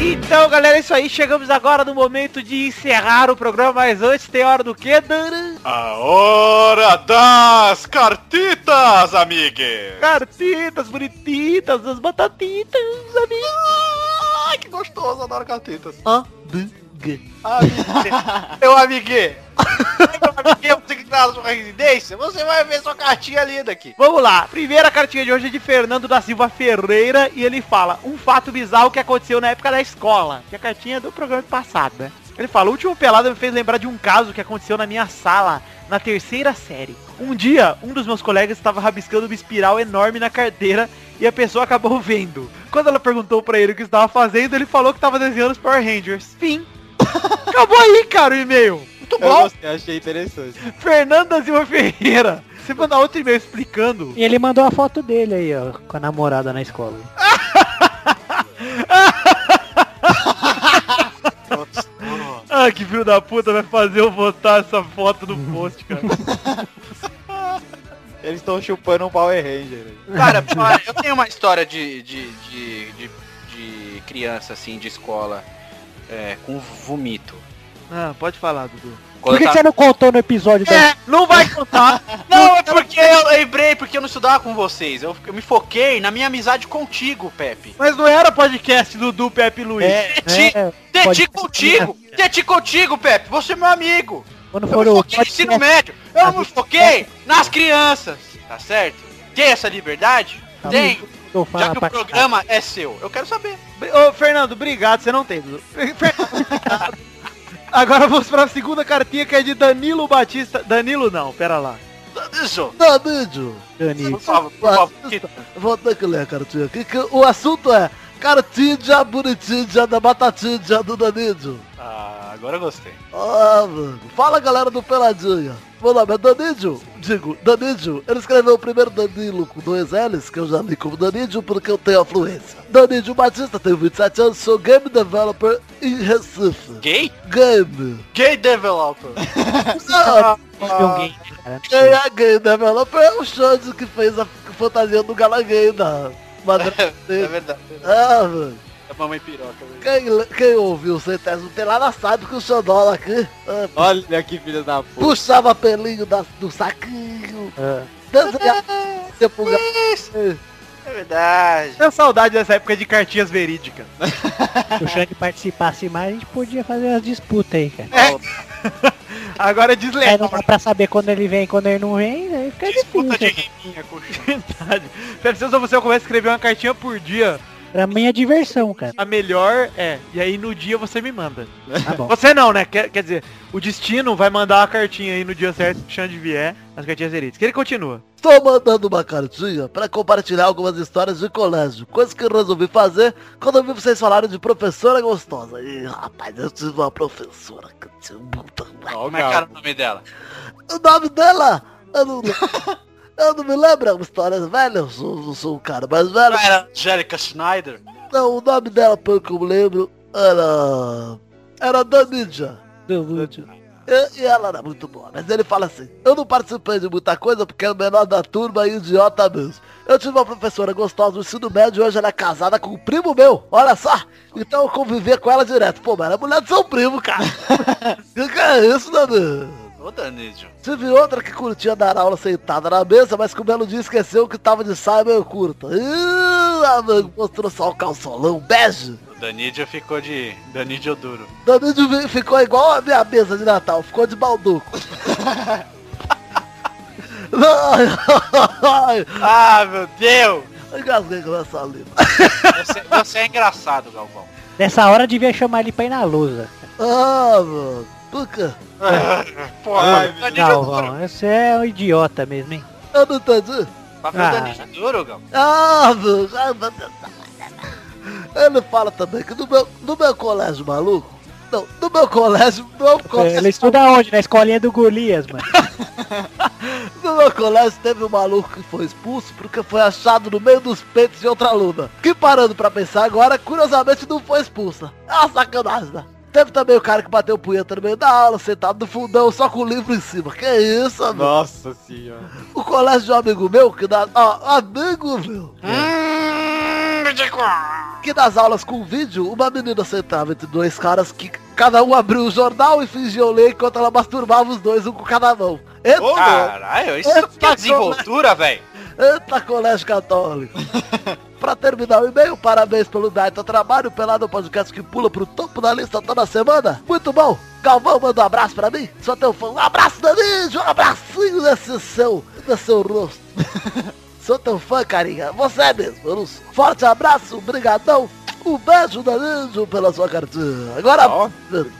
Então, galera, é isso aí. Chegamos agora no momento de encerrar o programa, mas antes tem hora do quê, Dana?
A hora das cartitas, amigues!
Cartitas bonititas, as batatitas, amigos.
Ai, que gostoso, adoro cartitas.
Amiga.
Amigue. [laughs] Meu amiguê! Meu amiguê, você que tá na sua residência, você vai ver sua cartinha linda aqui.
Vamos lá. Primeira cartinha de hoje é de Fernando da Silva Ferreira e ele fala um fato bizarro que aconteceu na época da escola, que é a cartinha do programa passado, né? Ele fala, o último pelado me fez lembrar de um caso que aconteceu na minha sala, na terceira série. Um dia, um dos meus colegas estava rabiscando uma espiral enorme na carteira e a pessoa acabou vendo. Quando ela perguntou pra ele o que estava fazendo, ele falou que estava desenhando os Power Rangers. Fim. [laughs] Acabou aí, cara, o e-mail. Muito
Eu
bom.
gostei, achei interessante.
Fernando da Silva Ferreira. Você mandar outro e-mail explicando.
E ele mandou a foto dele aí, ó, com a namorada na escola.
Ah, que filho da puta vai fazer eu botar essa foto no post, cara.
Eles estão chupando um Power Ranger.
Cara, olha, eu tenho uma história de, de, de, de, de criança, assim, de escola, é, com vomito.
[laughs] Ah, pode falar, Dudu.
Por
Quando
que,
eu
que você não contou no episódio da...
É, não vai contar.
tava- Não, é porque eu lembrei, porque eu não estudava com vocês. Eu, eu me foquei na minha amizade contigo, Pepe.
Mas não era podcast Dudu, Pepe e Luiz.
Deti,
É,
deti
pode-
contigo, deti contigo, Pepe. Você é meu amigo.
Quando
Eu
for
me
o
foquei no ensino
podcast,
médio. Eu me foquei nas crianças, tá certo? Tem essa liberdade?
Tá
Tem.
eu
Já
falo
que o
pra
programa é seu. Eu quero saber.
Bri- Ô, Fernando, obrigado, você não tem, Dudu. [laughs] Fernando, Agora vamos pra segunda cartinha que é de Danilo Batista. Danilo não, pera lá.
Isso.
Não, vídeo.
Dani.
Por favor, por
é
favor. Tito.
Vou ter que ler a cartinha aqui, que o assunto é cartinha bonitinha da batatinha do Danídio.
Ah, agora eu gostei.
Ah, mano. Fala galera do Peladinha. Meu nome é Danídio. Digo, Danídio. Ele escreveu o primeiro Danilo com dois L's, que eu já li como Danídio porque eu tenho afluência. Danídio Batista, tenho 27 anos, sou game developer em Recife.
Gay?
Game.
Gay developer.
Ah,
alguém, né, cara.
Quem é gay developer é o Xande que fez a fantasia do Galaguei da
[laughs]
Madre.
é verdade.
Ah, mano.
É mamãe piroca. velho.
Quem, le- quem ouviu o centésimo pelada sabe que o Xandola aqui ah,
Olha que filha da puta.
puxava pelinho da- do saquinho,
É.
desenhava seu pulgar.
É verdade.
Tenho saudade dessa época de cartinhas verídicas.
Se o Xande participasse mais, a gente podia fazer umas disputas aí, cara.
Agora é
Aí
desleal.
não dá pra saber quando ele vem e quando ele não vem, aí fica
Disputa de
difícil.
riminha, coxa.
Verdade. Pepe, se você começa a escrever uma cartinha por dia,
Pra mim é diversão, cara.
a melhor é. E aí no dia você me manda.
Tá bom.
Você não, né? Quer, quer dizer, o destino vai mandar a cartinha aí no dia certo pro Xande vier, as cartinhas verídicas. Que ele continua.
Estou mandando uma cartinha para compartilhar algumas histórias de colégio, coisas que eu resolvi fazer quando eu vi vocês falarem de professora gostosa. Ih, rapaz, eu tive uma professora que tinha muita...
Como é que era o nome dela?
O nome dela? Eu não, eu não me lembro, é uma história velha, eu sou, eu sou um cara mais velho.
Não era Angélica Schneider?
Não, o nome dela, pelo que eu me lembro, era. Era Daninja. E, e ela era muito boa, mas ele fala assim, eu não participei de muita coisa porque era o menor da turma e idiota mesmo. Eu tive uma professora gostosa do ensino médio e hoje ela é casada com um primo meu, olha só. Então eu convivia com ela direto. Pô, mas era mulher do seu primo, cara. [laughs] que que é isso, Daninja?
Ô, Danídio.
Tive outra que curtia dar aula sentada na mesa, mas que o belo dia esqueceu que tava de saia meio curta. Ih, amigo, mostrou só o calçolão bege.
O Danídio ficou de Danídio duro.
Danilo vi- ficou igual a minha mesa de Natal, ficou de balduco. Ai,
Ah, meu Deus!
Engasguei com essa língua.
Você, você é engraçado, Galvão.
Nessa hora devia chamar ele pra ir na lousa.
Ah, mano. Puca.
Ah,
Pô, Galvão, Ah, você é um idiota mesmo, hein?
Eu não entendi.
Papel
Ah.
da Ninja é Duro, Gal.
Ah, meu, ah, meu Deus. Ele fala também que no meu, no meu colégio maluco, não, no meu colégio, não é um colégio
Ele estuda onde? Na escolinha do Golias, mano.
No meu colégio teve um maluco que foi expulso porque foi achado no meio dos peitos de outra aluna. Que parando pra pensar agora, curiosamente não foi expulsa. É uma sacanagem, né? Teve também o cara que bateu punheta no meio da aula, sentado no fundão, só com o livro em cima. Que isso, amigo?
Nossa senhora.
O colégio de um amigo meu, que dá... Ó, amigo meu.
Hum,
Hum,
Que nas aulas com vídeo, uma menina sentava entre dois caras que cada um abriu o jornal e fingiu ler enquanto ela masturbava os dois, um com cada mão. Eita,
Caralho, isso que é desenvoltura, velho.
Eita, colégio católico. pra terminar o e-mail, parabéns pelo Daita Trabalho, pelado podcast que pula pro topo da lista toda semana. Muito bom. Galvão, manda um abraço pra mim. Só teu fã. Um abraço, David. Um abracinho nesse seu, nesse seu rosto. Sou teu fã, carinha. Você é mesmo. eu não sou. Forte abraço, brigadão. Um beijo, Danilo, pela sua cartinha. Agora...
Ó,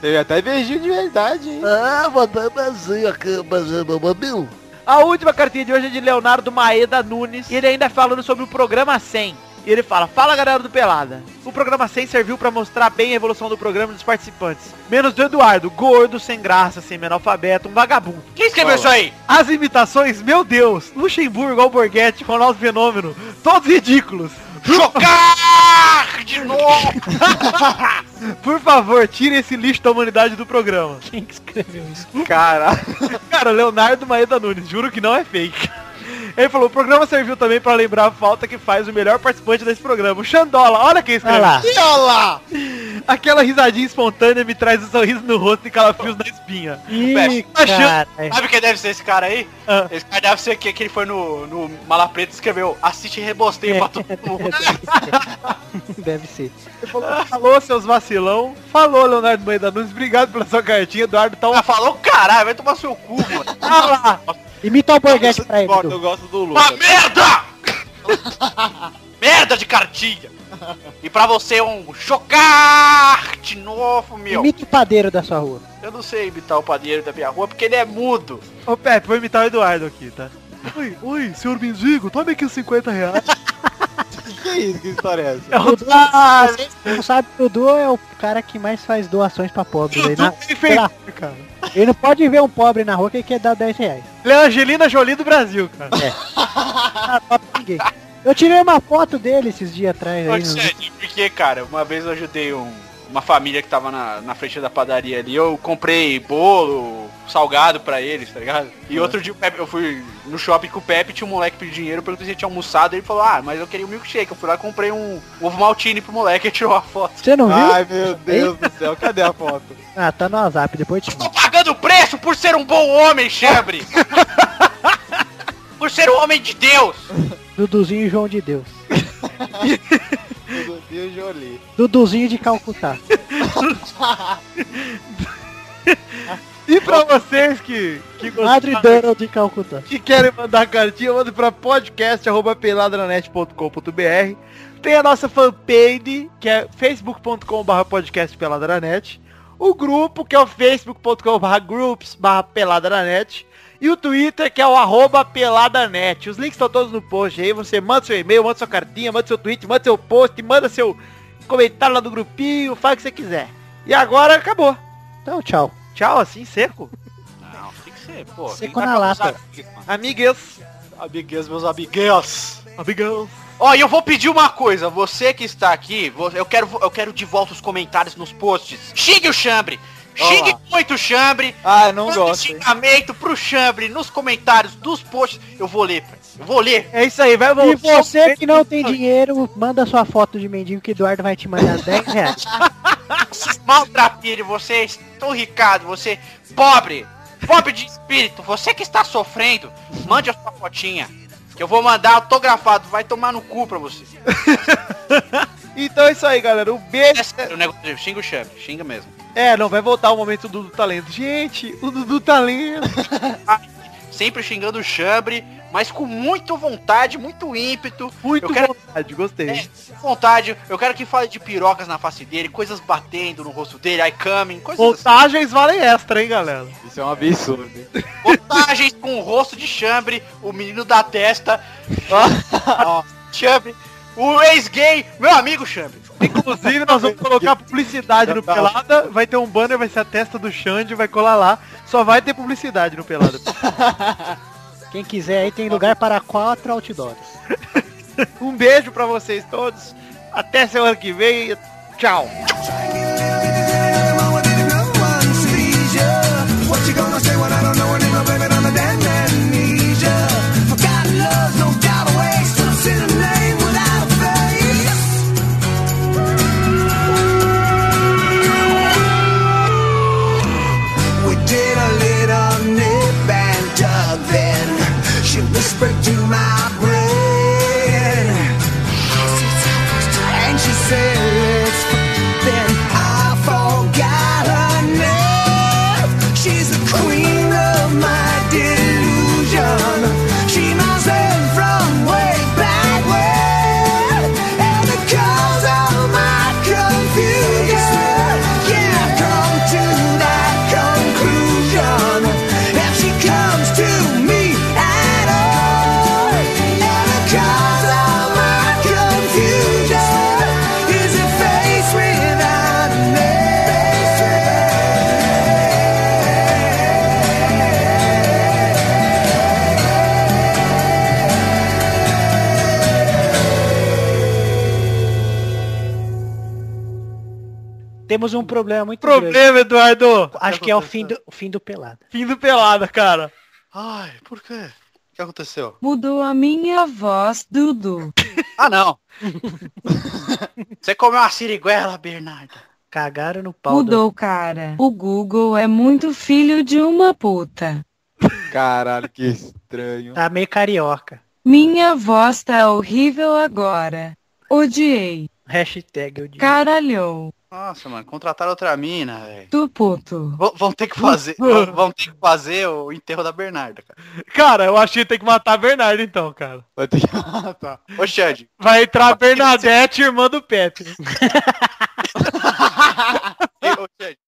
teve até beijinho de verdade, hein?
Ah, mandei um beijinho aqui, um beijinho no mamilo.
A última cartinha de hoje é de Leonardo Maeda Nunes. E ele ainda é falando sobre o programa 100. E ele fala, fala galera do Pelada. O programa 100 serviu pra mostrar bem a evolução do programa e dos participantes. Menos do Eduardo, gordo, sem graça, semi-analfabeto, um vagabundo.
Quem escreveu isso aí?
As imitações, meu Deus. Luxemburgo, Alborguete, Ronaldo Fenômeno. Todos ridículos.
um
Chocar de novo.
Por favor, tire esse lixo da humanidade do programa. Quem que escreveu isso? Cara, cara, Leonardo Maeda Nunes, juro que não é fake. Ele falou, o programa serviu também pra lembrar a falta que faz o melhor participante desse programa, o Xandola. Olha quem escreveu.
Olha lá.
Ih, olha lá. Aquela risadinha espontânea me traz um sorriso no rosto e calafios na espinha.
Ih,
tá Achando-
cara.
Sabe quem deve ser esse cara aí?
Ah.
Esse cara deve ser que, que ele foi no, no Mala Preta e escreveu Assiste e rebosteio pra todo mundo.
[laughs] é, Deve ser.
Ele falou, falou, seus vacilão. Falou, Leonardo Maeda Nunes, obrigado pela sua cartinha, Eduardo. Tá um...
Ah, falou, caralho, vai tomar seu cu,
[laughs]
mano.
Ah lá.
Imita o Borghetti pra ele. Edu.
gosto do
Uma merda! merda de cartilha! E pra você é um chocar de novo, meu.
Imita o padeiro da sua rua.
Eu não sei imitar o padeiro da minha rua porque ele é mudo.
Ô Pepe, vou imitar o Eduardo aqui, tá? Oi, oi, senhor mendigo, tome aqui os 50 reais.
[laughs] Que isso? Que história é essa?
É o
Dudu,
Ah,
vocês não sabe, o Dudu é o cara que mais faz doações pra pobres aí na
Perfeito,
pela-
cara.
Ele não pode ver um pobre na rua que ele quer dar 10 reais.
Ele é a Angelina Jolie do Brasil, cara.
Ah, pra ninguém. Eu tirei uma foto dele esses dias atrás aí.
Pode
no-
ser, porque, cara, uma vez eu ajudei um- uma família que tava na, na frente da padaria ali, eu comprei bolo, salgado pra eles, tá ligado? E outro dia o Pepe- eu fui no shopping com o Pepe, tinha um moleque pedindo dinheiro, eu perguntei se ele tinha almoçado, ele falou, ah, mas eu queria um milkshake, eu fui lá comprei um ovo maltine pro moleque [laughs] e tirou a foto.
Você não viu?
Ai, meu Deus do céu, cadê a foto?
Ah, tá no WhatsApp, depois eu te
Tô
mando.
pagando o preço por ser um bom homem, [laughs] Chebre! por ser um homem de Deus!
Duduzinho e João de Deus.
Meu Deus, Jolie.
Duduzinho de Calcutá.
E pra vocês que, que
Padre
gostaram-
Donald de Calcutá.
que querem mandar cartinha, manda pra podcast.peladranet.com.br. Tem a nossa fanpage, que é facebook.com.br podcastpeladranet. O grupo, que é o facebook.com.br groups barra peladranet. E o Twitter, que é o arroba peladanet. Os links estão todos no post aí. Você manda seu e-mail, manda sua cartinha, manda seu tweet, manda seu post, manda seu comentário lá do grupinho, faz o que você quiser. E agora acabou.
Então, tchau.
Tchau, assim, seco.
Não, tem que ser, pô.
Seco na lata.
Amigues.
Amiguinhos, meus amiguinhos.
Amigão.
Ó, e eu vou pedir uma coisa, você que está aqui, vo- eu quero, eu quero de volta os comentários nos posts. Xingue o Chambre! Xingue
Ó.
muito o Chambre!
Ah, não
Mande
gosto. hein?
xingamento pro Chambre nos comentários dos posts. Eu vou ler, pai. eu vou ler.
É isso aí, vai voltar.
E você que não tem dinheiro, manda sua foto de mendigo que Eduardo vai te mandar 10 reais.
Vocês maltrapilhos, vocês tão ricado, é você é pobre, pobre de espírito, você que está sofrendo, mande a sua fotinha. Que eu vou mandar autografado, vai tomar no cu pra você.
Então é isso aí, galera. Um beijo.
É sério, o negócio de xinga o chefe, xinga mesmo.
É, não, vai voltar o momento do Dudu Talento. Gente, o Dudu Talento.
Sempre xingando o chambre, mas com muito vontade, muito ímpeto.
Muito
eu quero,
vontade, gostei.
com vontade, eu quero que fale de pirocas na face dele, coisas batendo no rosto dele, I coming, coisas assim.
Voltagens valem extra, hein, galera?
Isso é um absurdo.
Montagens com o rosto de chambre, o menino da [laughs] testa. Ó, chambre. O ex-gay, meu amigo chambre.
Inclusive, nós vamos colocar publicidade no Pelada. Vai ter um banner, vai ser a testa do Xande, vai colar lá. Só vai ter publicidade no Pelada.
Quem quiser aí tem lugar para quatro outdoors.
um beijo pra vocês todos. Até semana que vem. Tchau.
What you gonna say when I don't know any more, baby, than a damn amnesia? Forgotten love, no doubt away, still see the name without a face. We did a little nip and tuck then. She whispered to my brain, and she said, "Let's f- then." I forgot her name. She's the queen of my delusion. She knows them from way back when, and the cause of my confusion. Yeah, I've come to that conclusion. If she comes to me at all, and the cause of my confusion is a face without a
Temos um problema muito grande.
Problema, tá Eduardo.
Acho que é o fim do, o fim do pelado.
Fim do Pelada, cara.
Ai, por quê? O que aconteceu?
Mudou a minha voz, Dudu.
Ah, não. [laughs] Você comeu uma siriguela, Bernardo.
Cagaram no pau.
Mudou, cara. O Google é muito filho de uma puta.
Caralho, que estranho.
Tá meio carioca.
Minha voz tá horrível agora. Odiei.
Hashtag eu digo.
Caralhou.
Nossa, mano, contrataram outra mina, velho.
Tu puto.
Vão- Vão ter que fazer, vão vão ter que fazer o enterro da Bernarda, cara.
Cara, eu achei que tem que matar a Bernardo então, cara.
Vai ter que-
Ah, tá. Ô, Xande,
Vai entrar a Bernadette, irmã do Pepe.
ô, Xande,